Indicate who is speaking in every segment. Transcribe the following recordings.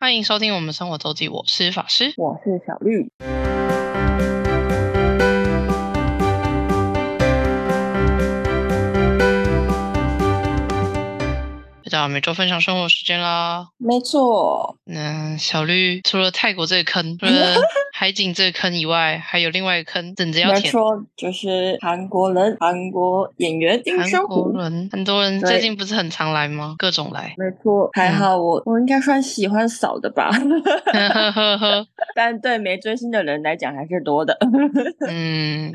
Speaker 1: 欢迎收听我们生活周记，我是法师。
Speaker 2: 我是小绿。
Speaker 1: 来到每周分享生活时间啦。
Speaker 2: 没错，
Speaker 1: 那小绿除了泰国这个坑，除 了海景这个坑以外，还有另外一个坑等着要
Speaker 2: 没
Speaker 1: 填。
Speaker 2: 错，就是韩国人，韩国演员金
Speaker 1: 韩
Speaker 2: 宣
Speaker 1: 国
Speaker 2: 虎。
Speaker 1: 人，很多人
Speaker 2: 对。
Speaker 1: 最近不是很常来吗？各种来
Speaker 2: 没错，还
Speaker 1: 嗯
Speaker 2: 好我、我应该算喜欢少的吧，
Speaker 1: 呵呵呵呵，
Speaker 2: 但对没追星的人来讲还是多的。
Speaker 1: 嗯，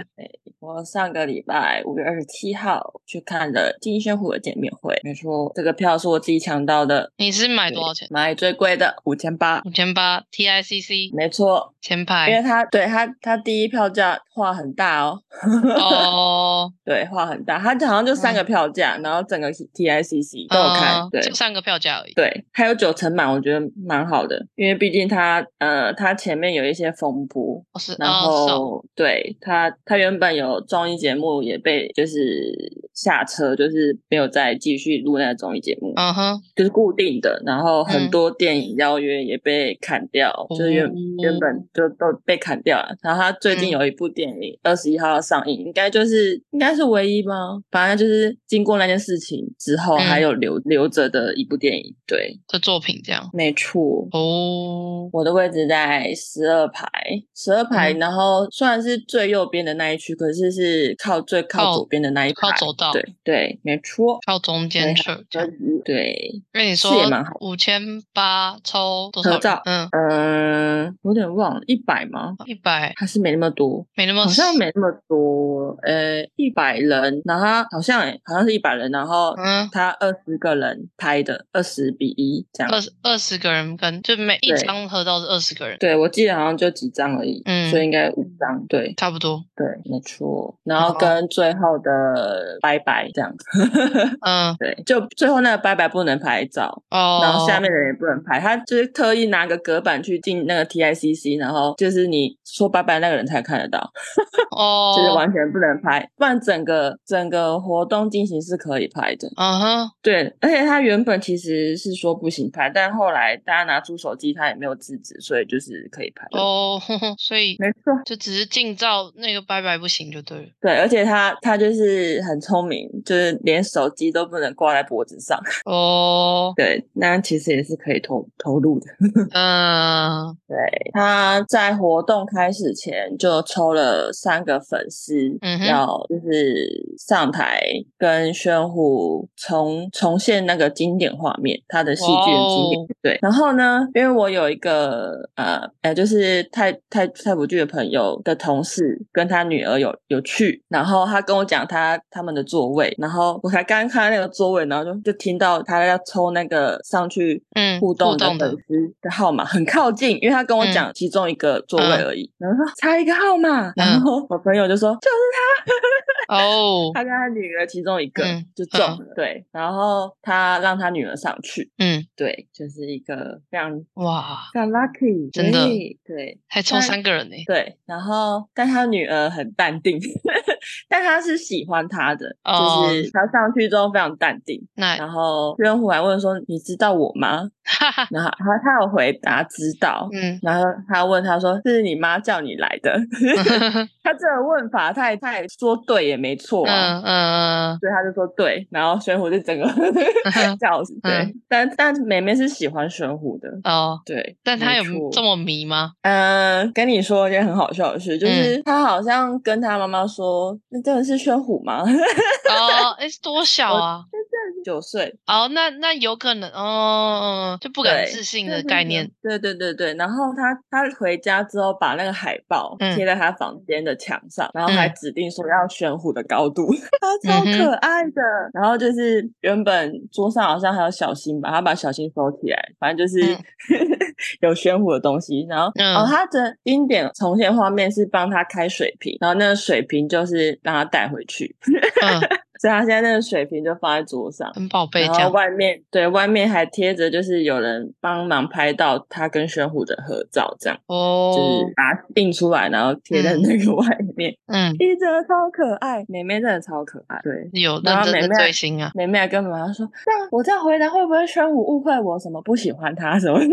Speaker 2: 我上个礼拜五月二十七号去看了金宣虎的见面会，没错，这个票是我自己抢到的，
Speaker 1: 你是买多少钱？嗯
Speaker 2: 买最贵的五千八。
Speaker 1: 五千八，TICC
Speaker 2: 没错，
Speaker 1: 前
Speaker 2: 因
Speaker 1: 排
Speaker 2: 为他对他他第一票价画很大哦，
Speaker 1: 哦，
Speaker 2: 对，画很大，他好像就三
Speaker 1: 嗯
Speaker 2: 个票价，然后整个 TICC 都有开，
Speaker 1: 嗯
Speaker 2: 对，
Speaker 1: 就上个票价而已。
Speaker 2: 对，还有九成满，我觉得蛮好的，因为毕竟他呃，他前面有一些风波，
Speaker 1: 哦是，
Speaker 2: 然
Speaker 1: 哦是哦
Speaker 2: 后、对他他原本有综艺节目也被就是下车，就是没有再继续录那个综艺节目，
Speaker 1: 嗯哼，
Speaker 2: 就是固定的，然后
Speaker 1: 嗯
Speaker 2: 很多电影邀约也被砍掉，就是原。原本就都被砍掉了，然后他最近
Speaker 1: 嗯
Speaker 2: 有一部电影二十一号要上映，应该就是应该是唯一吗？反正就是经过那件事情之后，
Speaker 1: 嗯
Speaker 2: 还有留、留着的一部电影，对，
Speaker 1: 的作品这样。
Speaker 2: 没错，
Speaker 1: 哦，
Speaker 2: 我的位置在十二排，十二排，
Speaker 1: 嗯
Speaker 2: 然后虽然是最右边的那一区，可是是靠最靠
Speaker 1: 靠
Speaker 2: 左边的那一排，
Speaker 1: 靠走道
Speaker 2: 对对，没错，
Speaker 1: 靠中间
Speaker 2: 对
Speaker 1: 去这样。
Speaker 2: 对，
Speaker 1: 因为你
Speaker 2: 视
Speaker 1: 说
Speaker 2: 野蛮好
Speaker 1: 五千八抽多少
Speaker 2: 合
Speaker 1: 人
Speaker 2: 照？
Speaker 1: 嗯，
Speaker 2: 嗯、有点忘了，一百吗？
Speaker 1: 一百
Speaker 2: 还是没那么多，
Speaker 1: 没那么
Speaker 2: 好像
Speaker 1: 死
Speaker 2: 没那么多，呃，一百人，然后他好像好像是一百人，然后
Speaker 1: 嗯。
Speaker 2: 他二十个人拍的，二十比一这样
Speaker 1: 二。十二十个人跟就每一
Speaker 2: 对
Speaker 1: 张合照是二十个人，
Speaker 2: 对，我记得好像就几张而已，
Speaker 1: 嗯
Speaker 2: 所以应该五张。对
Speaker 1: 差不多。
Speaker 2: 对，没错。然后
Speaker 1: 好
Speaker 2: 跟最后的拜拜这样，
Speaker 1: 嗯
Speaker 2: 对，就最后那个拜拜不能拍照，
Speaker 1: 哦，
Speaker 2: 然后下面的人也不能拍，他就是特意拿个隔板去进那个 TICC，然后就是你说拜拜那个人才看得到。
Speaker 1: 哦，
Speaker 2: 就是完全不能拍，不然整个整个活动进行是可以拍的。
Speaker 1: 嗯哼，
Speaker 2: 对，而且他原本其实是说不行拍，但后来大家拿出手机，他也没有制止，所以就是可以拍的。
Speaker 1: 哦， 呵呵所以
Speaker 2: 没错，
Speaker 1: 就只是近照那个拜拜不行就对了。
Speaker 2: 对，而且他他就是很聪明，就是连手机都不能挂在脖子上。
Speaker 1: 哦，
Speaker 2: 对，那其实也是可以投投入的。
Speaker 1: 嗯
Speaker 2: 对，他在活动开始前就抽了三个粉丝，
Speaker 1: 嗯哼
Speaker 2: 要就是上台跟宣虎重重现那个经典画面，他的戏剧的经典。
Speaker 1: 哇哦
Speaker 2: 对，然后呢，因为我有一个呃呃，就是泰泰泰国剧的朋友的同事跟他女儿有有去，然后他跟我讲他他们的座位，然后我才刚看到那个座位，然后就就听到他要抽那个上去
Speaker 1: 嗯，
Speaker 2: 互动的
Speaker 1: 动的嗯
Speaker 2: 粉，丝的号码很靠近，因为他跟我讲其中一个座位而已，然后说差一个号码，
Speaker 1: 嗯
Speaker 2: 然后我朋友就说就是
Speaker 1: 哦，
Speaker 2: 他，他跟他女儿其中一个
Speaker 1: 嗯
Speaker 2: 就中了，对，然后他让他女儿上去，
Speaker 1: 嗯，
Speaker 2: 对，就是一个非常
Speaker 1: 哇，
Speaker 2: 非常 lucky，
Speaker 1: 真的
Speaker 2: 对对
Speaker 1: 还抽
Speaker 2: 但
Speaker 1: 三个人呢。
Speaker 2: 对，然后但他女儿很淡定， 但他是喜欢他的，
Speaker 1: 哦
Speaker 2: 就是他上去之后非常淡定，
Speaker 1: 那
Speaker 2: 然后任虎还问说你知道我吗？
Speaker 1: 哈哈，
Speaker 2: 然后他他有回答知道，，
Speaker 1: 嗯
Speaker 2: 然后他问他说：“是你妈叫你来的？” 他这个问法太太说对也没错啊，
Speaker 1: 嗯嗯
Speaker 2: 所以他就说对。然后玄虎就整个
Speaker 1: 哼
Speaker 2: 笑死，对。
Speaker 1: 嗯
Speaker 2: 但但妹妹是喜欢玄虎的，
Speaker 1: 嗯，哦，
Speaker 2: 对。
Speaker 1: 但他有这
Speaker 2: 么
Speaker 1: 么迷吗？
Speaker 2: 嗯、呃跟你说一件很好笑的
Speaker 1: 嗯
Speaker 2: 事，就是他好像跟他妈妈说：“那真的是玄虎吗
Speaker 1: 哦，哎，是多小啊？？”
Speaker 2: 九岁，
Speaker 1: 哦，那那有可能哦，就不敢
Speaker 2: 对
Speaker 1: 置信
Speaker 2: 对
Speaker 1: 的
Speaker 2: 对
Speaker 1: 概
Speaker 2: 对
Speaker 1: 念。
Speaker 2: 对对对对，然后他他回家之后把那个海报
Speaker 1: 嗯
Speaker 2: 贴在他房间的墙上，然后还
Speaker 1: 嗯
Speaker 2: 指定说要玄虎的高度， 他
Speaker 1: 嗯
Speaker 2: 超
Speaker 1: 哼
Speaker 2: 可爱的。然后就是原本桌上好像还有小新吧，他把小新收起来，反正就是、
Speaker 1: 嗯
Speaker 2: 有玄虎的东西。然后、
Speaker 1: 嗯
Speaker 2: 哦，他的经典重现画面是帮他开水瓶，然后那个水瓶就是让他带回去。
Speaker 1: 嗯，
Speaker 2: 所以他现在那个水瓶就放在桌上，
Speaker 1: 很宝贝
Speaker 2: 然
Speaker 1: 这
Speaker 2: 后
Speaker 1: 样。
Speaker 2: 外面对外面还贴着，就是有人帮忙拍到他跟玄虎的合照，这样、
Speaker 1: 哦
Speaker 2: 就，是把它印出来，然后贴在那个外 面。
Speaker 1: 嗯，
Speaker 2: 一泽超可爱，妹妹真的超可爱，对。
Speaker 1: 有
Speaker 2: 然
Speaker 1: 认
Speaker 2: 后
Speaker 1: 真
Speaker 2: 妹
Speaker 1: 的
Speaker 2: 妹
Speaker 1: 追星啊，
Speaker 2: 妹妹还跟妈妈说：“那我这样回答会不会玄武误会我什么不喜欢他什么的？”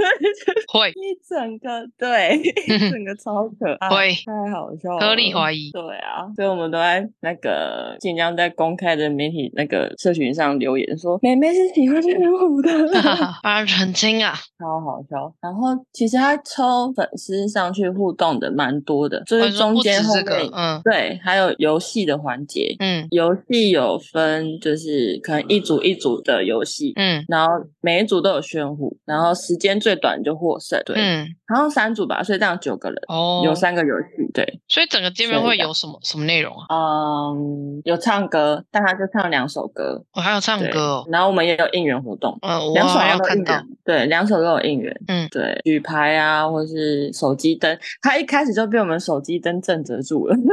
Speaker 1: 会
Speaker 2: 一整个对， 一整个超可爱，
Speaker 1: 会
Speaker 2: 太好笑了，
Speaker 1: 合理怀 疑。
Speaker 2: 对啊，所以我们都在那个尽量在公开的媒体那个社群上留言说，妹妹是 喜欢玄武的，
Speaker 1: 哈哈哈，把人澄清 啊，
Speaker 2: 超好笑。然后其实他抽粉丝上去互动的蛮多的，就
Speaker 1: 我
Speaker 2: 是
Speaker 1: 哦说
Speaker 2: 中
Speaker 1: 不止
Speaker 2: 间后
Speaker 1: 这
Speaker 2: 面、
Speaker 1: 个，嗯
Speaker 2: 对，还有游戏的环节，
Speaker 1: 嗯
Speaker 2: 游戏有分就是可能一组一组的游戏。
Speaker 1: 嗯
Speaker 2: 然后每一组都有炫舞，然后时间最短就获胜，对，
Speaker 1: 嗯，
Speaker 2: 然后三组吧，所以这样九个人，
Speaker 1: 哦，
Speaker 2: 有三个游戏，对，
Speaker 1: 所以整个见面
Speaker 2: 所以
Speaker 1: 会
Speaker 2: 吧
Speaker 1: 有什么什么内容啊？
Speaker 2: 嗯，有唱歌，但他就唱两首歌，
Speaker 1: 我还有唱
Speaker 2: 对
Speaker 1: 歌哦，
Speaker 2: 然后我们也有应援活动，
Speaker 1: 嗯，我
Speaker 2: 两首
Speaker 1: 还要
Speaker 2: 好像都
Speaker 1: 看
Speaker 2: 应
Speaker 1: 到
Speaker 2: 援，，对，两首都有应援，
Speaker 1: 嗯
Speaker 2: 对，举牌啊，或是手机灯，他一开始就被我们手机灯震慑住了。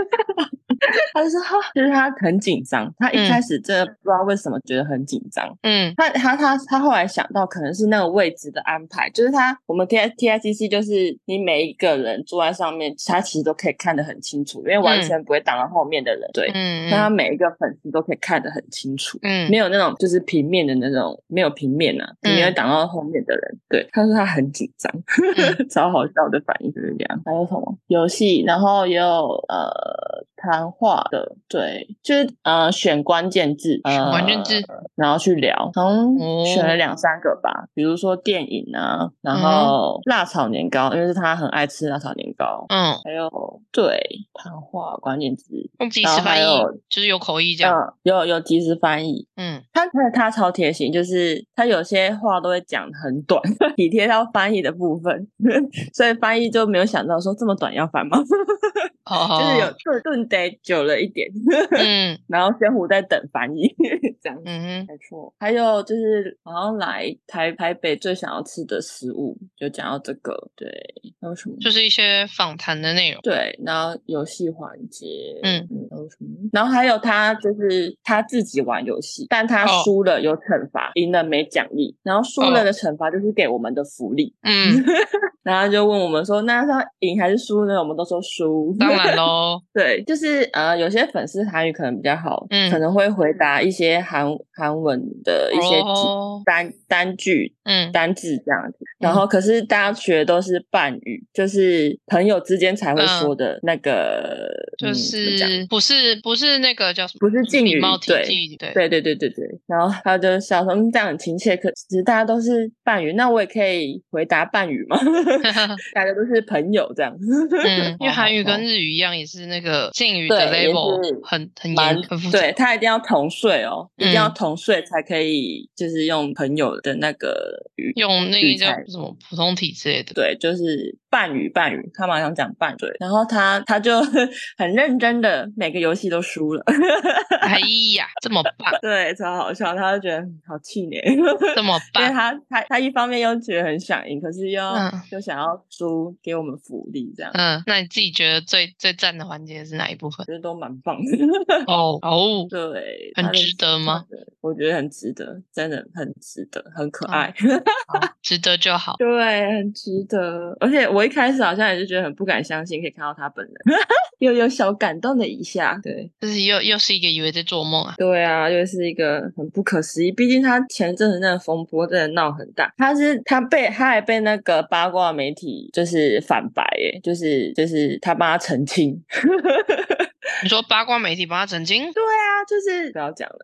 Speaker 2: 他就说，哈就是他很紧张，他一
Speaker 1: 嗯
Speaker 2: 开始真的不知道为什么觉得很紧张，
Speaker 1: 嗯
Speaker 2: 他他他他后来想到，可能是那个位置的安排，就是他我们 T I T I C C 就是你每一个人坐在上面，他其实都可以看得很清楚，因为完
Speaker 1: 嗯
Speaker 2: 全不会挡到后面的人，对，
Speaker 1: 嗯
Speaker 2: 那他
Speaker 1: 嗯
Speaker 2: 每一个粉丝都可以看得很清楚。
Speaker 1: 嗯
Speaker 2: 没有那种就是平面的那种，没有平面啊，
Speaker 1: 嗯
Speaker 2: 你会挡到后面的人。对，他说他很紧张，
Speaker 1: 嗯
Speaker 2: 超好笑的反应就是这样。还有什么游戏，然后也有呃谈话的，对，就是呃选关键字，呃
Speaker 1: 选关键字
Speaker 2: 然后去聊，好
Speaker 1: 哦
Speaker 2: 像选了两三个吧，比如说电影啊，然后辣炒年糕，因为是他很爱吃辣炒年糕。
Speaker 1: 嗯，
Speaker 2: 还有对谈话关键字，
Speaker 1: 用即
Speaker 2: 然
Speaker 1: 时
Speaker 2: 后还
Speaker 1: 翻译
Speaker 2: 有，
Speaker 1: 就是有口译这样，
Speaker 2: 嗯，有有即时翻译，
Speaker 1: 嗯
Speaker 2: 他而且他超贴心，就是他有些话都会讲很短， 体贴到翻译的部分， 所以翻译就没有想到说这么短要翻吗？
Speaker 1: 哦，
Speaker 2: 就是有顿顿得久了一点，
Speaker 1: 嗯
Speaker 2: 然后仙湖在等翻译这样子。
Speaker 1: 嗯哼
Speaker 2: 没错，还有就是好像来台台北最想要吃的食物，就讲到这个，对，还有什么？
Speaker 1: 就是一些访谈的内容，
Speaker 2: 对，然后游戏环节，
Speaker 1: 嗯，
Speaker 2: 还有什么？然后还有他就是他自己玩游戏，但他
Speaker 1: 哦
Speaker 2: 输了有惩罚，赢了没奖励，然后输了
Speaker 1: 哦
Speaker 2: 的惩罚就是给我们的福利，
Speaker 1: 嗯，
Speaker 2: 然后就问我们说，那是要赢还是输呢？我们都说输，
Speaker 1: 当然喽，
Speaker 2: 对，就是呃，有些粉丝韩语可能比较好，
Speaker 1: 嗯
Speaker 2: 可能会回答一些韩韩文的一些句
Speaker 1: 哦，
Speaker 2: 单单句
Speaker 1: 嗯
Speaker 2: 单字这样子，然后可是大家学的都是伴语，就是朋友之间才会说的那个，
Speaker 1: 嗯就
Speaker 2: 嗯怎么讲
Speaker 1: 是不是不是那个叫什么
Speaker 2: 不是敬
Speaker 1: 礼
Speaker 2: 语
Speaker 1: 貌体
Speaker 2: 对
Speaker 1: 系，对
Speaker 2: 对对对对对，然后他就想说，嗯，这样很亲切，可其实大家都是伴语，那我也可以回答伴语吗？ 大家都是朋友这样，
Speaker 1: 嗯，因为韩 语
Speaker 2: 好好
Speaker 1: 跟日语一样，也是那个敬语的
Speaker 2: 哦对也
Speaker 1: level
Speaker 2: 是
Speaker 1: 很很
Speaker 2: 蛮
Speaker 1: 严很复杂，
Speaker 2: 对他一定要同岁哦，一定要
Speaker 1: 嗯
Speaker 2: 同岁才可以，就是用朋友的那个语，
Speaker 1: 用那
Speaker 2: 语
Speaker 1: 个叫
Speaker 2: 才
Speaker 1: 什么普通体之类的，
Speaker 2: 对，就是伴语伴语，他马上讲伴对，然后他他就 很认真的每个游戏都输了，，
Speaker 1: 哎呀，这么棒
Speaker 2: 对，超好笑，他就觉得嗯好气馁， 因为
Speaker 1: 这么棒，
Speaker 2: 他他他一方面又觉得很想赢，可是又、
Speaker 1: 嗯
Speaker 2: 又想要输给我们福利这样。
Speaker 1: 嗯，那你自己觉得最最赞的环节是哪一部分
Speaker 2: 我？觉得都蛮棒的，
Speaker 1: 哦哦，
Speaker 2: 对，
Speaker 1: 很
Speaker 2: 他的
Speaker 1: 值得吗？
Speaker 2: 他的我觉得很值得，真的很值得，很可
Speaker 1: 哦
Speaker 2: 爱。
Speaker 1: 好值得就好。
Speaker 2: 对，很值得。而且我一开始好像也是觉得很不敢相信，可以看到他本人， 又有小感动的一下。对，
Speaker 1: 就是又又是一个以为在做梦啊，
Speaker 2: 对啊，又是一个很不可思议。毕竟他前阵子那个风波真的闹很大，他是他被他还被那个八卦媒体就是反白，耶，就是就是他帮他澄 清。
Speaker 1: 你说八卦媒体帮他澄清
Speaker 2: 对啊，就是不要讲了。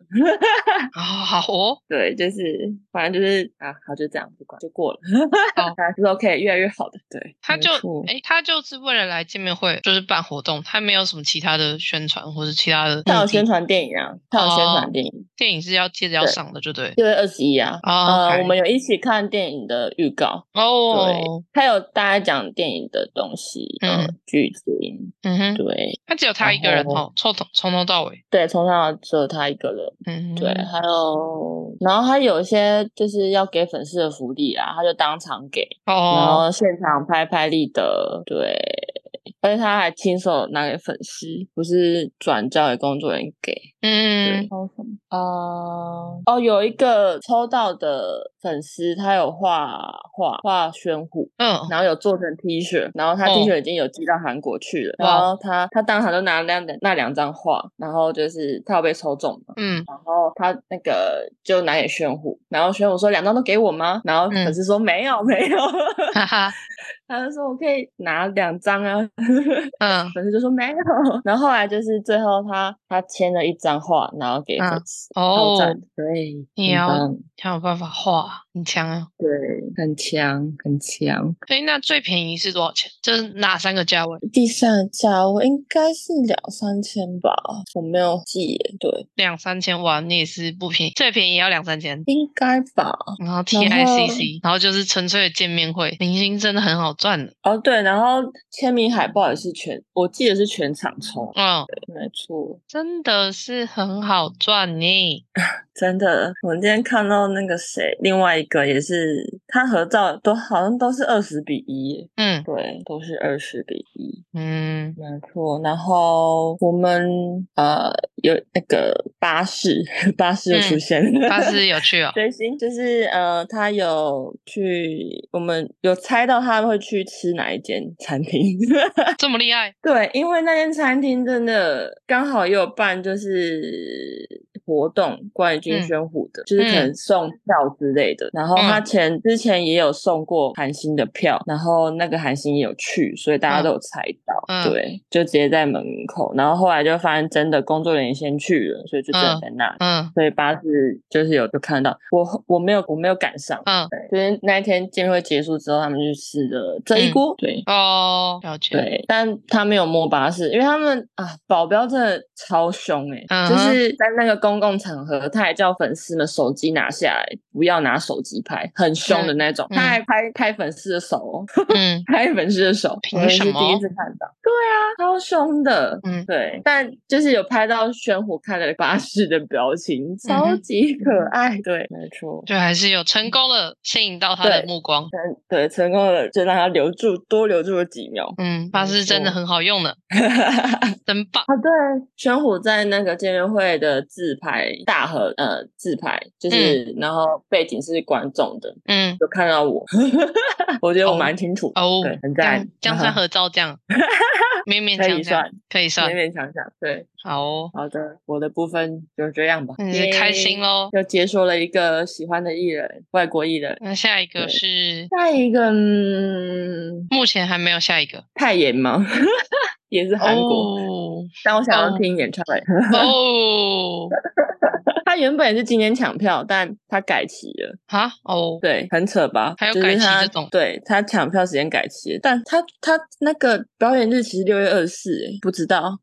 Speaker 1: 哦，好哦，
Speaker 2: 对，就是反正就是啊，好就这样，不管就过了。
Speaker 1: 好
Speaker 2: 大家之后可以越来越好的。对，
Speaker 1: 他
Speaker 2: 没
Speaker 1: 就
Speaker 2: 错
Speaker 1: 哎，他就是为了来见面会，就是办活动，他没有什么其他的宣传或是其他的目的。
Speaker 2: 他有宣传电影啊，他有宣
Speaker 1: 哦
Speaker 2: 传电影。
Speaker 1: 电影是要接着要
Speaker 2: 对
Speaker 1: 上的，就对。
Speaker 2: 六月二十一啊，
Speaker 1: 哦
Speaker 2: 呃，
Speaker 1: ，OK
Speaker 2: 我们有一起看电影的预告，
Speaker 1: 哦，
Speaker 2: 他有大家讲电影的东西，嗯、
Speaker 1: 嗯
Speaker 2: 剧情，
Speaker 1: 嗯哼，
Speaker 2: 对
Speaker 1: 他只有他
Speaker 2: 然
Speaker 1: 一个人
Speaker 2: 后
Speaker 1: 哦，从头从头到尾，
Speaker 2: 对，从小只有他一个人，
Speaker 1: 嗯，
Speaker 2: 对，，还有，然后他有一些就是要给粉丝的福利啊，他就当场给，然
Speaker 1: 哦，
Speaker 2: 后现场拍拍立得，对，而且他还亲手拿给粉丝，不是转交给工作人员给。
Speaker 1: 嗯，
Speaker 2: 还有什么？呃，哦，有一个抽到的粉丝，他有画画画宣虎，
Speaker 1: 嗯，
Speaker 2: 然后有做成 T 恤，然后他
Speaker 1: 哦
Speaker 2: T 恤已经有寄到韩国去了，
Speaker 1: 哇
Speaker 2: 然后他他当场就拿那那两张画，然后就是他有被抽中嘛，
Speaker 1: 嗯，
Speaker 2: 然后他那个就拿给宣虎，然后宣虎说两张都给我吗？然后
Speaker 1: 嗯
Speaker 2: 粉丝说没有没有，
Speaker 1: 哈哈，
Speaker 2: 他就说我可以拿两张啊，
Speaker 1: 嗯，
Speaker 2: 粉丝就说没有，然后后来就是最后他他签了一张画，然后给粉
Speaker 1: 嗯
Speaker 2: 丝。超
Speaker 1: 哦哎
Speaker 2: 赞，，对，
Speaker 1: 你
Speaker 2: 很
Speaker 1: 要
Speaker 2: 棒
Speaker 1: 他有办法画，很强啊。
Speaker 2: 对，很强很强。
Speaker 1: 哎，那最便宜是多少钱？这是哪三个价位？
Speaker 2: 第三个价位应该是两三千吧，我没有记耶，对，
Speaker 1: 两三千哇，你也是不便宜，最便宜也要两三千。
Speaker 2: 应该吧。
Speaker 1: 然后
Speaker 2: 然后
Speaker 1: TICC，然后就是纯粹的见面会，明星真的很好赚的。
Speaker 2: 哦，对，然后签名海报也是全，我记得是全场抽，
Speaker 1: 嗯，
Speaker 2: 对没错，
Speaker 1: 真的是很好赚呢。
Speaker 2: 真的。我今天看到那个谁，另外一个也是，他合照都好像都是二十比一耶，
Speaker 1: 嗯
Speaker 2: 对，都是二十比一。
Speaker 1: 嗯，
Speaker 2: 没错，然后我们呃有那个巴士，巴士又出
Speaker 1: 嗯
Speaker 2: 现了。
Speaker 1: 巴士有 趣哦。
Speaker 2: 追星就是呃，他有去，我们有猜到他会去吃哪一间餐厅。
Speaker 1: 这么厉害，
Speaker 2: 对，因为那间餐厅真的刚好也有办就是活动，关于金
Speaker 1: 嗯
Speaker 2: 宣虎的，就是可能送票之类的。然后他
Speaker 1: 嗯
Speaker 2: 前、之前也有送过韩星的票，然后那个韩星也有去，所以大家
Speaker 1: 嗯
Speaker 2: 都有猜到。
Speaker 1: 嗯
Speaker 2: 对，就直接在门口，然后后来就发现真的工作人员先去了，所以就真的
Speaker 1: 嗯
Speaker 2: 在那里。
Speaker 1: 嗯
Speaker 2: 所以巴士就是有就看到我，我没有我没有赶上，
Speaker 1: 嗯
Speaker 2: 对就是那一天见面会结束之后，他们去吃的这一
Speaker 1: 嗯
Speaker 2: 锅，对，
Speaker 1: 哦，了解。
Speaker 2: 对，但他没有摸巴士，因为他们啊，保镖真的超凶哎、
Speaker 1: 嗯
Speaker 2: 就
Speaker 1: 哼
Speaker 2: 是在那个公共场合，他还叫粉丝们手机拿下来，不要拿手机拍，很凶的那种，
Speaker 1: 嗯
Speaker 2: 他还拍拍粉丝的手、哦，
Speaker 1: 嗯
Speaker 2: 拍粉丝的手，
Speaker 1: 凭
Speaker 2: 我也是
Speaker 1: 什
Speaker 2: 第一
Speaker 1: 么
Speaker 2: 次看到，对啊，超凶的。
Speaker 1: 嗯，
Speaker 2: 对，但就是有拍到玄虎看了巴士的表情，
Speaker 1: 嗯
Speaker 2: 超
Speaker 1: 哼
Speaker 2: 级可爱。对，没错，
Speaker 1: 就还是有成功的吸引到他的
Speaker 2: 对
Speaker 1: 目光。
Speaker 2: 成对成功的就让他留住，多留住了几秒。
Speaker 1: 嗯，巴士真的很好用的，真棒。
Speaker 2: 啊，对，玄虎在那个见面会的自拍大合，呃，自拍就是，然后背景是观众的，
Speaker 1: 嗯，
Speaker 2: 有看到我， 我觉得我
Speaker 1: 哦
Speaker 2: 蛮清楚，
Speaker 1: 哦
Speaker 2: 对，，很
Speaker 1: 这
Speaker 2: 赞嗯
Speaker 1: 样，这样算合照，这 样勉勉
Speaker 2: 可以
Speaker 1: 强
Speaker 2: 算
Speaker 1: 强，可以
Speaker 2: 勉
Speaker 1: 算。
Speaker 2: 勉强强，对，
Speaker 1: 好哦，
Speaker 2: 好的，我的部分就这样吧，
Speaker 1: 那嗯你是开心
Speaker 2: 耶，
Speaker 1: 喽。
Speaker 2: 又解锁了一个喜欢的艺人，外国艺人。
Speaker 1: 那下一个
Speaker 2: 对
Speaker 1: 是
Speaker 2: 下一个，嗯，
Speaker 1: 目前还没有下一个。
Speaker 2: 泰妍吗？ 也是韩国，
Speaker 1: 哦
Speaker 2: 但我想要
Speaker 1: 哦
Speaker 2: 听演唱会。
Speaker 1: 哦，
Speaker 2: 他原本也是今年抢票，但他改期了。
Speaker 1: 啊哦，
Speaker 2: 对，很扯吧？
Speaker 1: 还有
Speaker 2: 就是
Speaker 1: 改期
Speaker 2: 他
Speaker 1: 这种
Speaker 2: 对他抢票时间改期了，但他他那个表演日期是六月二十四，哎，不知道。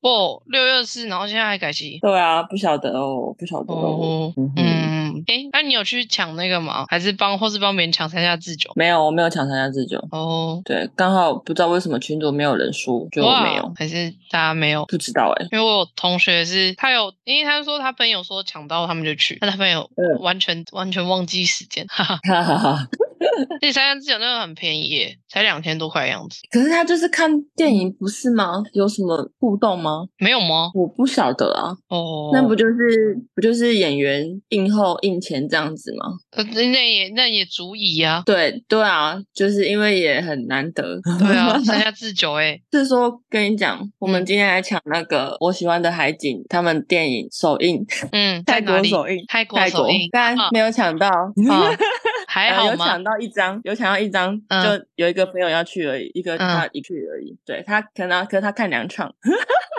Speaker 1: 哦，六月四，然后现在还改期。
Speaker 2: 对啊，不晓得哦，不晓得哦。
Speaker 1: 哦
Speaker 2: 嗯，哼
Speaker 1: 嗯，哎，那你有去抢那个吗？还是帮或是帮别人抢参加自酒？
Speaker 2: 没有，我没有抢参加自救。
Speaker 1: 哦，
Speaker 2: 对，刚好不知道为什么群主没有人说，就
Speaker 1: 哇
Speaker 2: 没有，
Speaker 1: 还是大家没有？
Speaker 2: 不知道哎、
Speaker 1: 因为我有同学是，他有，因为他说他朋友说抢到他们就去，但他朋友
Speaker 2: 嗯
Speaker 1: 完全、完全忘记时间，哈 哈。
Speaker 2: 哈哈哈。
Speaker 1: 第三家自酒那个很便宜耶，才两千多块的样子，
Speaker 2: 可是他就是看电影不是吗？有什么互动吗？
Speaker 1: 没有吗？
Speaker 2: 我不晓得啊，
Speaker 1: 哦，
Speaker 2: 那不就是不就是演员映后映前这样子吗？
Speaker 1: 呃那也那也足以呀、
Speaker 2: 对对啊，就是因为也很难 得。
Speaker 1: 对啊，参加自酒哎，
Speaker 2: 是说跟你讲，我们
Speaker 1: 嗯
Speaker 2: 今天来抢那个我喜欢的海景，他们电影首映，
Speaker 1: 嗯，
Speaker 2: 泰
Speaker 1: 在哪
Speaker 2: 国
Speaker 1: 里？
Speaker 2: 首映，
Speaker 1: 泰国
Speaker 2: 泰
Speaker 1: 首
Speaker 2: 国
Speaker 1: 映，，
Speaker 2: 但
Speaker 1: 啊
Speaker 2: 没有抢到。
Speaker 1: 啊还
Speaker 2: 呃
Speaker 1: 好
Speaker 2: 有
Speaker 1: 吗
Speaker 2: 抢？到一张，有抢到一张，
Speaker 1: 嗯
Speaker 2: 就有一个朋友要去而已，一个
Speaker 1: 嗯
Speaker 2: 他一去而已。对他可能，可是他看 两场，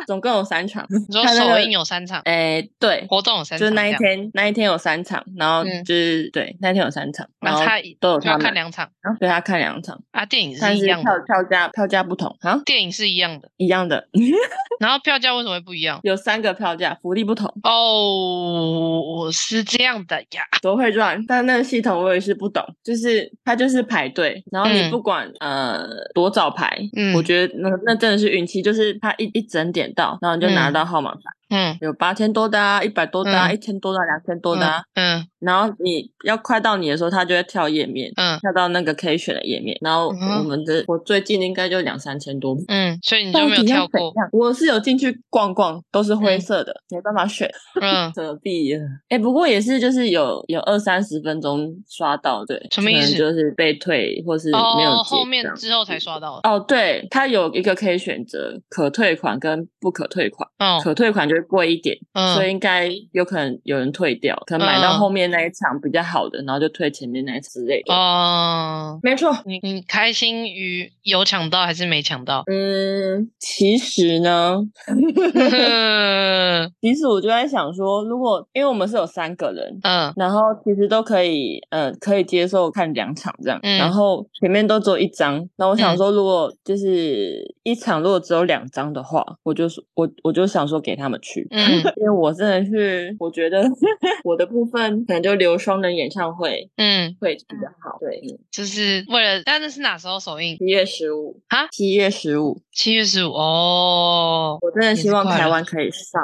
Speaker 2: 总共有三场。
Speaker 1: 你说
Speaker 2: 看那
Speaker 1: 首
Speaker 2: 个
Speaker 1: 映有三场，
Speaker 2: 哎，对，
Speaker 1: 活动有三
Speaker 2: 就
Speaker 1: 场，
Speaker 2: 是那
Speaker 1: 这
Speaker 2: 一
Speaker 1: 样，
Speaker 2: 天，那一天有三场，然后
Speaker 1: 嗯
Speaker 2: 就是对，那一天有三场，
Speaker 1: 然
Speaker 2: 后
Speaker 1: 后他
Speaker 2: 都有
Speaker 1: 就要看
Speaker 2: 他们，
Speaker 1: 两场
Speaker 2: 然后对他看两场，
Speaker 1: 啊，电影是
Speaker 2: 但
Speaker 1: 一
Speaker 2: 是
Speaker 1: 样
Speaker 2: 票
Speaker 1: 的，
Speaker 2: 票价票价不同啊，
Speaker 1: 电影是一样的，
Speaker 2: 一样的，
Speaker 1: 然后票价为什么会不一样？
Speaker 2: 有三个票价，福利不同，
Speaker 1: 哦，是这样的呀，
Speaker 2: 多会赚。但那个系统我也是不懂，就是它就是排队，然后你
Speaker 1: 嗯
Speaker 2: 不管、呃多早排，
Speaker 1: 嗯
Speaker 2: 我觉得那那真的是运气，就是它一一整点到，然后你就拿
Speaker 1: 嗯
Speaker 2: 到号码牌，
Speaker 1: 嗯
Speaker 2: 有八千多的、啊、一百多的、啊、
Speaker 1: 嗯
Speaker 2: 一千多的、啊、两千多的、啊。
Speaker 1: 嗯
Speaker 2: 然后你要快到你的时候，它就会跳页面，
Speaker 1: 嗯
Speaker 2: 跳到那个可以选的页面。然后
Speaker 1: 嗯哼
Speaker 2: 我们的、我最近应该就两三千多，
Speaker 1: 嗯，所以你就没有
Speaker 2: 到底要
Speaker 1: 跳
Speaker 2: 怎
Speaker 1: 过，
Speaker 2: 样我是有进去逛逛，都是灰
Speaker 1: 嗯
Speaker 2: 色的，没办法选。
Speaker 1: 嗯，
Speaker 2: 何必啊？哎、不过也是，就是有有二三十分钟刷到，对，
Speaker 1: 什么意
Speaker 2: 可能
Speaker 1: 思
Speaker 2: 就是被退 或是没有
Speaker 1: 哦，
Speaker 2: 结
Speaker 1: 后面
Speaker 2: 账
Speaker 1: 之后才刷到的，
Speaker 2: 哦，对，它有一个可以选择可退款跟不可退款，
Speaker 1: 哦，
Speaker 2: 可退款就会贵一点，所
Speaker 1: 嗯
Speaker 2: 以应该有可能有人退掉，可能买到
Speaker 1: 嗯
Speaker 2: 后面那一场比较好的，然后就退前面那一场之类的。
Speaker 1: 哦，
Speaker 2: 没错，？
Speaker 1: 你你开心于有抢到还是没抢到
Speaker 2: 嗯，其实呢，
Speaker 1: 嗯
Speaker 2: 其实我就在想说，如果因为我们是有三个人，
Speaker 1: 嗯
Speaker 2: 然后其实都可以，呃，可以接受看两场这样，
Speaker 1: 嗯
Speaker 2: 然后前面都只有一张。那我想
Speaker 1: 嗯
Speaker 2: 说，如果就是一场如果只有两张的话，我就说我我就想说给他们去，
Speaker 1: 嗯
Speaker 2: 因为我真的是我觉得 我的部分可能就留双人演唱会
Speaker 1: 嗯，
Speaker 2: 会比较好。对，嗯
Speaker 1: 就是为了，但那是哪时候首映？
Speaker 2: 七月十五
Speaker 1: 啊
Speaker 2: 七月十五，
Speaker 1: 七月十五哦，
Speaker 2: 我真的
Speaker 1: 也是
Speaker 2: 希望
Speaker 1: 快
Speaker 2: 台
Speaker 1: 了
Speaker 2: 湾可以上，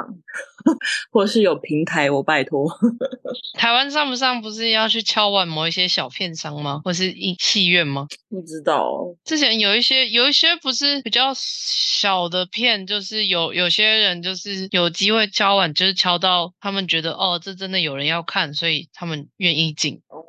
Speaker 2: 或是有平台，我拜托。
Speaker 1: 台湾上不上不是要去敲碗某一些小片商吗？或是影戏院吗？
Speaker 2: 不知道哦，
Speaker 1: 之前有一些有一些不是比较小的片，就是有有些人就是有机会敲碗，就是敲到他们觉得哦，这真的有人要看，所以他们愿意进。
Speaker 2: 哦，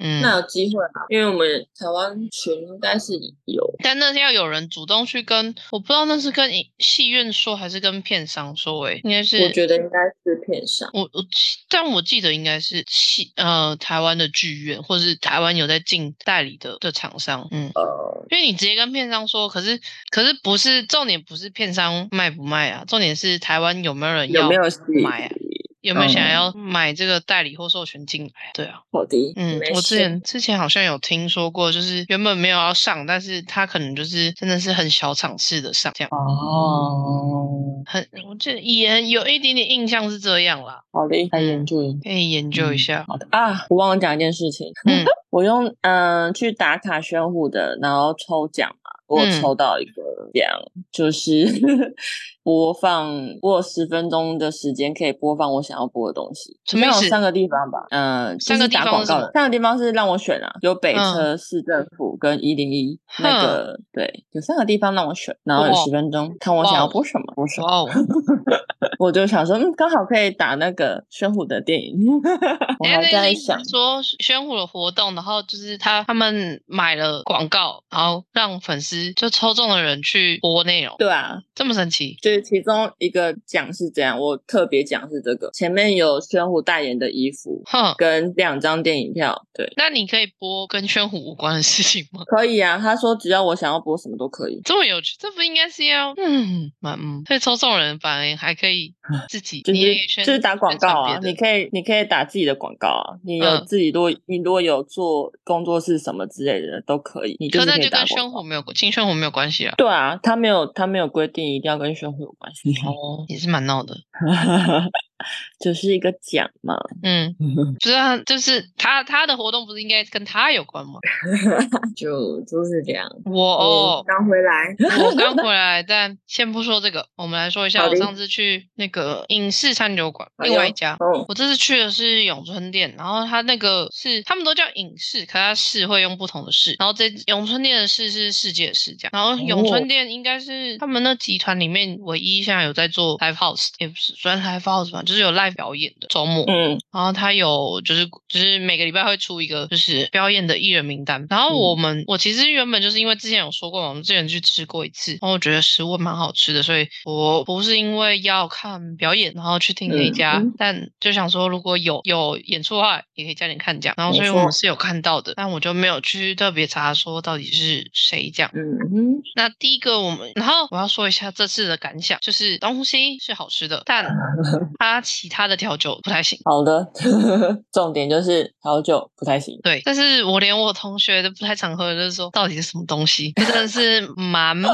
Speaker 1: 嗯，
Speaker 2: 那有机会吧，因为我们台湾群应该是有，
Speaker 1: 但那是要有人主动去跟，我不知道那是跟影戏院说还是跟片商说、欸，诶，应该是
Speaker 2: 我觉得应该是片上。
Speaker 1: 我我记，但我记得应该是戏呃台湾的剧院，或是台湾有在进代理的的厂商，嗯，
Speaker 2: 呃，
Speaker 1: 因为你直接跟片商说，可是可是不是重点，不是片商卖不卖啊，重点是台湾有没有人要
Speaker 2: 有没有戏？
Speaker 1: 买啊有没有想
Speaker 2: 嗯
Speaker 1: 要买这个代理或授权进来？对啊，
Speaker 2: 好的，
Speaker 1: 嗯
Speaker 2: 没，
Speaker 1: 我之
Speaker 2: 事
Speaker 1: 前之前好像有听说过，就是原本没有要上，但是他可能就是真的是很小场次的上，这样
Speaker 2: 哦，
Speaker 1: 很，我记得也有一点点印象是这样啦，
Speaker 2: 好的，来
Speaker 1: 嗯
Speaker 2: 研究研究
Speaker 1: 可以研究一
Speaker 2: 嗯
Speaker 1: 下。
Speaker 2: 好的啊，我忘了讲一件事情，
Speaker 1: 嗯
Speaker 2: 我用嗯、呃去打卡宣虎的，然后抽奖嘛，我有
Speaker 1: 嗯
Speaker 2: 抽到一个奖，就是 播放，我有十分钟的时间可以播放我想要播的东西，
Speaker 1: 什么意
Speaker 2: 好像
Speaker 1: 思
Speaker 2: 有三个地方吧，嗯、就
Speaker 1: 三个
Speaker 2: 是
Speaker 1: 地
Speaker 2: 打
Speaker 1: 方
Speaker 2: 广
Speaker 1: 是什
Speaker 2: 告的
Speaker 1: 么，
Speaker 2: 三个地方是让我选啊，有北
Speaker 1: 嗯
Speaker 2: 车、市政府跟一零一
Speaker 1: 哼
Speaker 2: 那个，对，有三个地方让我选，然后有
Speaker 1: 哇
Speaker 2: 十分钟看我想要
Speaker 1: 哇哦
Speaker 2: 播什么，播什么。
Speaker 1: 哇哦！
Speaker 2: 我就想说，嗯，刚好可以打那个宣虎的电影，我
Speaker 1: 哎
Speaker 2: 还
Speaker 1: 那
Speaker 2: 在
Speaker 1: 意思是
Speaker 2: 想，
Speaker 1: 说宣虎的活动，然后就是他他们买了广告，然后让粉丝就抽中的人去播内容，
Speaker 2: 对啊，
Speaker 1: 这么神奇？
Speaker 2: 就是其中一个奖是这样，我特别奖是这个，前面有宣虎代言的衣服
Speaker 1: 哼，
Speaker 2: 跟两张电影票，对，
Speaker 1: 那你可以播跟宣虎无关的事情吗？
Speaker 2: 可以啊，他说只要我想要播什么都可以，
Speaker 1: 这么有趣，这不应该是要嗯蛮嗯，被抽中的人反而还可以 自己，
Speaker 2: 就
Speaker 1: 你也
Speaker 2: 是
Speaker 1: 可以宣
Speaker 2: 就是打广告啊
Speaker 1: 宣传，别
Speaker 2: 你
Speaker 1: 的
Speaker 2: 可以你可以打自己的广告啊，你有
Speaker 1: 嗯
Speaker 2: 自己如果、你如果有做工作室什么之类的都可以，你就
Speaker 1: 可
Speaker 2: 是
Speaker 1: 哦那
Speaker 2: 可以
Speaker 1: 就
Speaker 2: 打
Speaker 1: 跟
Speaker 2: 广
Speaker 1: 宣
Speaker 2: 告。
Speaker 1: 虎没有，跟宣虎没有关系 啊。
Speaker 2: 对啊，他没有他没有规定一定要跟宣虎有关系，啊
Speaker 1: 哦，也是蛮闹 的。
Speaker 2: 就是一个奖嘛。
Speaker 1: 嗯，不是啊，就是他他的活动不是应该跟他有关吗？
Speaker 2: 就就是这样。
Speaker 1: 我哦，
Speaker 2: 刚回来，
Speaker 1: 我刚回来，但先不说这个，我们来说一下
Speaker 2: 好
Speaker 1: 我
Speaker 2: 的
Speaker 1: 上次去那个影视餐酒馆
Speaker 2: 哎呦
Speaker 1: 另外一家。
Speaker 2: 哦，
Speaker 1: 我这次去的是永春店，然后它那个是他们都叫影视，可它市会用不同的市，然后这永春店的市是世界的市这样，然后永
Speaker 2: 哦
Speaker 1: 春店应该是他们那集团里面唯一现在有在做 live house，也不是算 live house 吧，就是有 live 表演的周末，
Speaker 2: 嗯，
Speaker 1: 然后他有就是就是每个礼拜会出一个就是表演的艺人名单。然后我
Speaker 2: 嗯
Speaker 1: 们、我其实原本就是因为之前有说过嘛，我们之前去吃过一次，然后我觉得食物蛮好吃的，所以我不是因为要看表演然后去听那一
Speaker 2: 嗯
Speaker 1: 家，
Speaker 2: 嗯
Speaker 1: 但就想说如果有有演出的话，也可以加点看这样。然后
Speaker 2: 没
Speaker 1: 所以我们
Speaker 2: 错
Speaker 1: 是有看到的，但我就没有去特别查说到底是谁这样。
Speaker 2: 嗯哼，
Speaker 1: 那第一个我们，然后我要说一下这次的感想，就是东西是好吃的，但它他其他的调酒不太行。
Speaker 2: 好的， 重点就是调酒不太行。
Speaker 1: 对，但是我连我同学都不太常喝，就是说到底是什么东西，真的是蛮不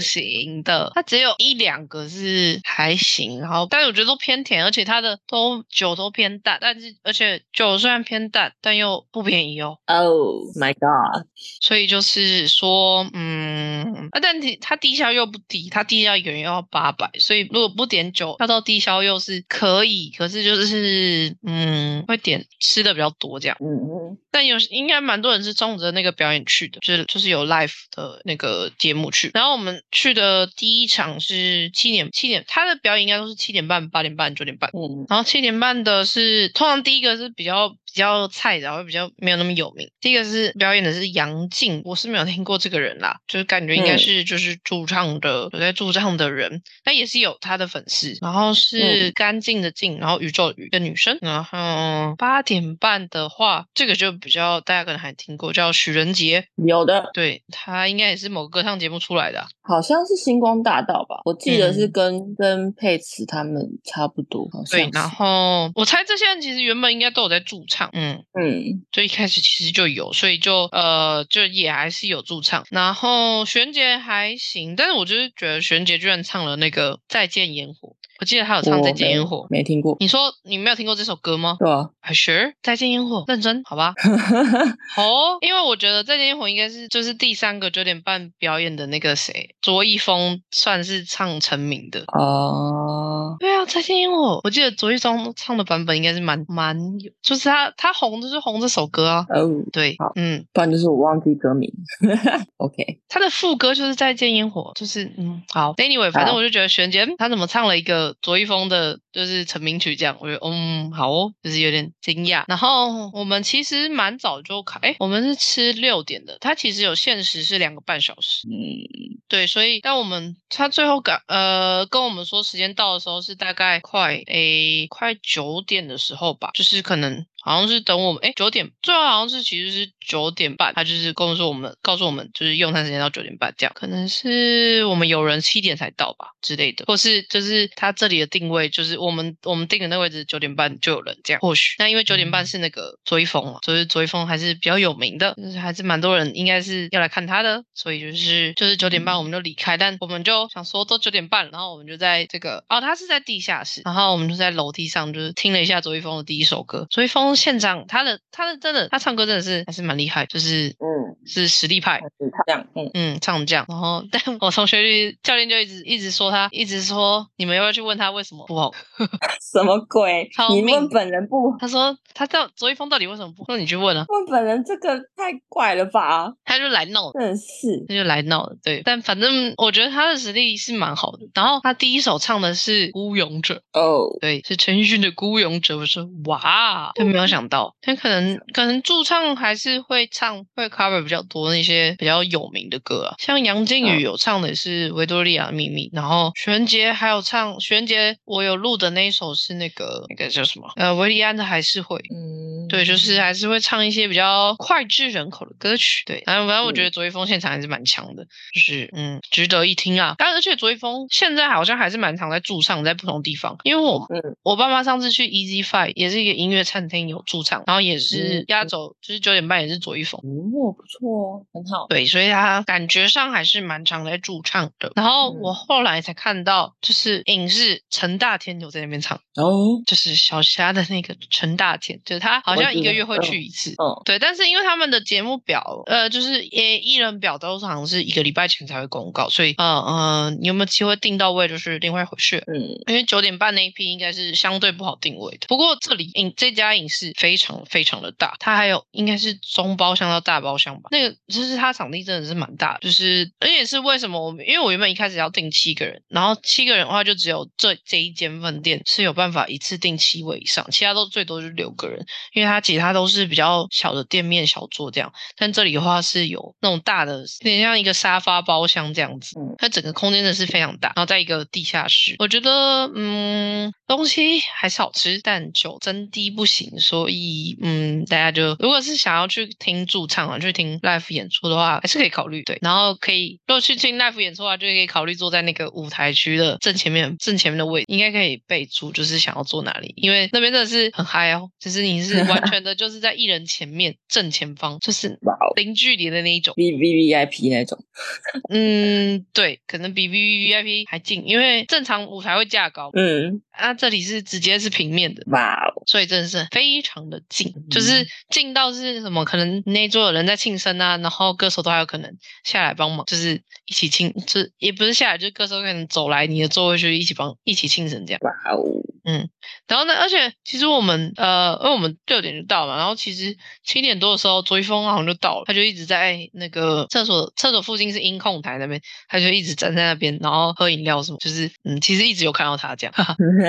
Speaker 1: 行的。它只有一两个是还行，然后但是我觉得都偏甜，而且它的都酒都偏淡，但是而且酒虽然偏淡，但又不便宜哦。
Speaker 2: Oh my god！
Speaker 1: 所以就是说，嗯，啊，但你它低消又不低，它低消一个人要八百，所以如果不点酒，跳到低消又是可以，可是就是嗯，会点吃的比较多这样。
Speaker 2: 嗯嗯，
Speaker 1: 但有应该蛮多人是冲着那个表演去的，就是就是有 live 的那个节目去。然后我们去的第一场是七点七点，他的表演应该都是七点半、八点半、九点半。
Speaker 2: 嗯，
Speaker 1: 然后七点半的是，通常第一个是比较比较菜的，然后比较没有那么有名。第一个是表演的是杨静，我是没有听过这个人啦，就是感觉应该
Speaker 2: 嗯
Speaker 1: 是就是驻唱的有在驻唱的人，但也是有他的粉丝。然后是
Speaker 2: 嗯
Speaker 1: 干净的净，然后宇宙的宇的女生。然后八点半的话，这个就比较大家可能还听过，叫许仁杰，
Speaker 2: 有的，
Speaker 1: 对他应该也是某个歌唱节目出来的啊、
Speaker 2: 好像是星光大道吧？我记得是
Speaker 1: 嗯
Speaker 2: 跟、跟佩慈他们差不多，好像
Speaker 1: 对
Speaker 2: 是，
Speaker 1: 然后我猜这些人其实原本应该都有在驻唱，嗯，
Speaker 2: 嗯
Speaker 1: 最一开始其实就有，所以就呃就也还是有驻唱。然后璇姐还行，但是我就是觉得璇姐居然唱了那个《再见烟火》，我记得她有唱《
Speaker 2: 我
Speaker 1: 再见
Speaker 2: 没
Speaker 1: 烟火》。
Speaker 2: 没听过，
Speaker 1: 你说你没有听过这首歌吗？
Speaker 2: 对啊，
Speaker 1: 啊，Sure，《再见烟火》，认真好吧？哦，因为我觉得《再见烟火》应该是就是第三个九点半表演的那个谁，卓一峰算是唱成名的。
Speaker 2: 啊哦、
Speaker 1: 对啊，再见烟火，我记得卓一峰唱的版本应该是蛮蛮有，就是他他红就是红这首歌啊。
Speaker 2: 哦，
Speaker 1: 对
Speaker 2: 好，
Speaker 1: 嗯，
Speaker 2: 不然就是我忘记歌名。OK，
Speaker 1: 他的副歌就是再见烟火，就是嗯好，anyway，反正
Speaker 2: 好
Speaker 1: 我就觉得璇姐嗯她怎么唱了一个卓一峰的，就是成名曲这样，我觉得嗯好哦，就是有点惊讶。然后我们其实蛮早就开，哎，我们是吃六点的，它其实有限时是两个半小时，
Speaker 2: 嗯，
Speaker 1: 对，所以但我们他最后赶呃跟我们说时间到的时候是大概快诶快九点的时候吧，就是可能好像是等我们诶九点，最后好像是其实是九点半，他就是跟我们说我们告诉我们就是用餐时间到九点半这样，可能是我们有人七点才到吧之类的，或是就是他这里的定位就是我们我们定的那位置九点半就有人这样，或许那因为九点半是那个追风嘛，就是追风还是比较有名的，就是还是蛮多人应该是要来看他的，所以就是就是九点半我们就离开，但我们就想说都九点半了，然后我们就在这个哦，他是在地下室，然后我们就在楼梯上就是听了一下卓一峰的第一首歌，卓一峰现场他的他的真的他唱歌真的是还是蛮厉害，就是
Speaker 2: 嗯，
Speaker 1: 是实力派，
Speaker 2: 是这样，嗯，
Speaker 1: 嗯，唱这样，然后但我同学就教练就一直一直说他，一直说你们要不要去问他为什么不红？
Speaker 2: 什么鬼
Speaker 1: 超？
Speaker 2: 你
Speaker 1: 命
Speaker 2: 问本人不
Speaker 1: 他说他到卓一峰到底为什么不红？那你去问啊，
Speaker 2: 问本人，这个太怪了吧？
Speaker 1: 他就来闹。
Speaker 2: 真的是，
Speaker 1: 他就来闹了，对，但反正我觉得他的实力是蛮好的。然后他第一首唱的是《孤勇者》，
Speaker 2: 哦，
Speaker 1: 对，是陈奕迅的《孤勇者》。我说哇，就没有想到，但可能可能驻唱还是会唱会 cover 比较多那些比较有名的歌啊，像杨靖宇
Speaker 2: 嗯
Speaker 1: 有唱的是《维多利亚的秘密》，然后璇杰还有唱璇杰，我有录的那一首是那个那个叫什么呃维利安的还是会。
Speaker 2: 嗯，
Speaker 1: 对，就是啊还是会唱一些比较脍炙人口的歌曲。对，然后反正我
Speaker 2: 嗯
Speaker 1: 觉得卓一峰现场还是蛮强的，就是嗯，值得一听啊。但而且卓一峰现在好像还是蛮常在驻唱，在不同地方。因为我、
Speaker 2: 嗯
Speaker 1: 我爸妈上次去 Easy Five 也是一个音乐餐厅有驻唱，然后也是
Speaker 2: 嗯
Speaker 1: 压轴，就是九点半也是卓一峰。
Speaker 2: 哦，不错哦，很好。
Speaker 1: 对，所以他感觉上还是蛮常在驻唱的。然后
Speaker 2: 嗯
Speaker 1: 我后来才看到，就是影视陈大天有在那边唱，
Speaker 2: 哦，
Speaker 1: 就是小虾的那个陈大天，就是他好
Speaker 2: 我
Speaker 1: 像一
Speaker 2: 知
Speaker 1: 个
Speaker 2: 道
Speaker 1: 月会
Speaker 2: 嗯
Speaker 1: 去一次。
Speaker 2: 嗯，
Speaker 1: 对，但是因为他们的节目表，呃，就是诶，艺人表都好像是一个礼拜前才会公告，所以，嗯、呃、嗯、你有没有机会订到位就是另外一回事。
Speaker 2: 嗯，
Speaker 1: 因为九点半那一批应该是相对不好定位的，不过这里影这家影视非常非常的大，它还有应该是中包厢到大包厢吧，那个就是它场地真的是蛮大的，就是而且是为什么我们因为我原本一开始要订七个人，然后七个人的话就只有这这一间饭店是有办法一次订七位以上，其他都最多就是六个人，因为他其他都是比较小的店面小桌这样，但这里的话是有那种大的，有点像一个沙发包厢这样子
Speaker 2: 嗯，
Speaker 1: 它整个空间真的是非常大，然后在一个地下室，我觉得嗯东西还是好吃，但酒真滴不行，所以嗯大家就如果是想要去听驻唱啊，去听 live 演出的话，还是可以考虑对，然后可以如果去听 live 演出的话，就可以考虑坐在那个舞台区的正前面正前面的位置，应该可以备注就是想要坐哪里，因为那边真的是很嗨哦，就是你是完全的就是在艺人前面正前方，就是
Speaker 2: 哇哦
Speaker 1: 零距离的那一种。
Speaker 2: ，V V V I P 那种，
Speaker 1: 嗯，对，可能比 V V I P 还近，因为正常舞台会架高，
Speaker 2: 嗯，
Speaker 1: 啊，这里是直接是平面的，
Speaker 2: 哇哦，
Speaker 1: 所以真的是非常的近，就是近到是什么？可能那一桌有人在庆生啊，然后歌手都还有可能下来帮忙，就是一起庆，就是也不是下来，就是歌手可能走来你的座位去一起帮一起庆生这样。
Speaker 2: 哇哦，
Speaker 1: 然后呢，而且其实我们呃，因为我们六点就到嘛，然后其实七点多的时候，追风好像就到了，他就一直在那个厕所厕所附近是音控台那边，他就一直站在那边，然后喝饮料什么，就是嗯，其实一直有看到他这样。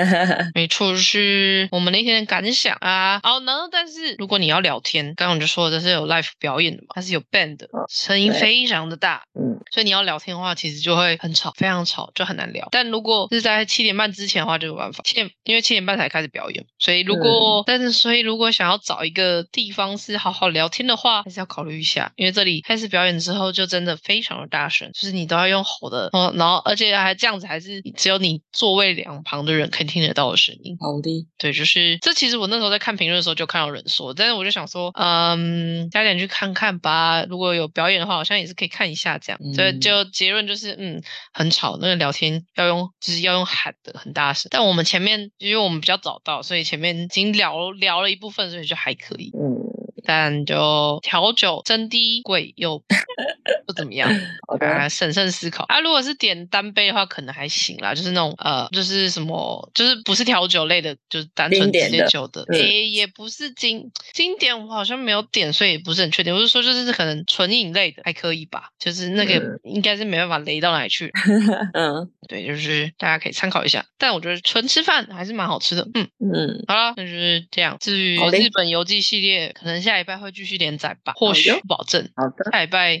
Speaker 1: 没错，就是我们那天的感想啊。好呢，但是如果你要聊天，刚刚我就说的这是有 live 表演的嘛，它是有 band 的，声音
Speaker 2: 对
Speaker 1: 非常的大，
Speaker 2: 嗯，
Speaker 1: 所以你要聊天的话，其实就会很吵，非常吵，就很难聊。但如果是在七点半之前的话，就有办法。七点，因为七点半才开始表演，所以如果、但是所以如果想要找一个地方是好好聊天的话，还是要考虑一下，因为这里开始表演之后就真的非常的大声，就是你都要用吼的，哦，然后而且还这样子，还是只有你座位两旁的人可以听得到的声音。
Speaker 2: 好的，
Speaker 1: 对，就是这。其实我那时候在看评论的时候就看到有人说，但是我就想说，嗯，加点去看看吧。如果有表演的话，好像也是可以看一下这样。所以
Speaker 2: 嗯
Speaker 1: 就结论就是，嗯，很吵，那个聊天要用就是要用喊的，很大声。但我们前面因为我们比较早到，所以前面已经聊聊了一部分，所以就还可以。
Speaker 2: 嗯，
Speaker 1: 但就调酒真低贵又不怎么样。
Speaker 2: 好的，
Speaker 1: 啊，审慎思考啊。如果是点单杯的话，可能还行啦，就是那种呃，就是什么，就是不是调酒类的，就是单纯直
Speaker 2: 经典
Speaker 1: 接
Speaker 2: 的
Speaker 1: 酒的，
Speaker 2: 嗯
Speaker 1: 诶、也不是经经典，我好像没有点，所以也不是很确定。我是说，就是可能纯饮类的还可以吧，就是那个
Speaker 2: 嗯
Speaker 1: 应该是没办法雷到哪里去。
Speaker 2: 嗯
Speaker 1: 对，就是大家可以参考一下。但我觉得纯吃饭还是蛮好吃的，嗯。
Speaker 2: 嗯，
Speaker 1: 好了，那就是这样。至于
Speaker 2: 好嘞
Speaker 1: 日本游记系列，可能下礼拜会继续连载吧，或
Speaker 2: 好
Speaker 1: 许
Speaker 2: 哟
Speaker 1: 不保证。
Speaker 2: 好的，
Speaker 1: 下礼拜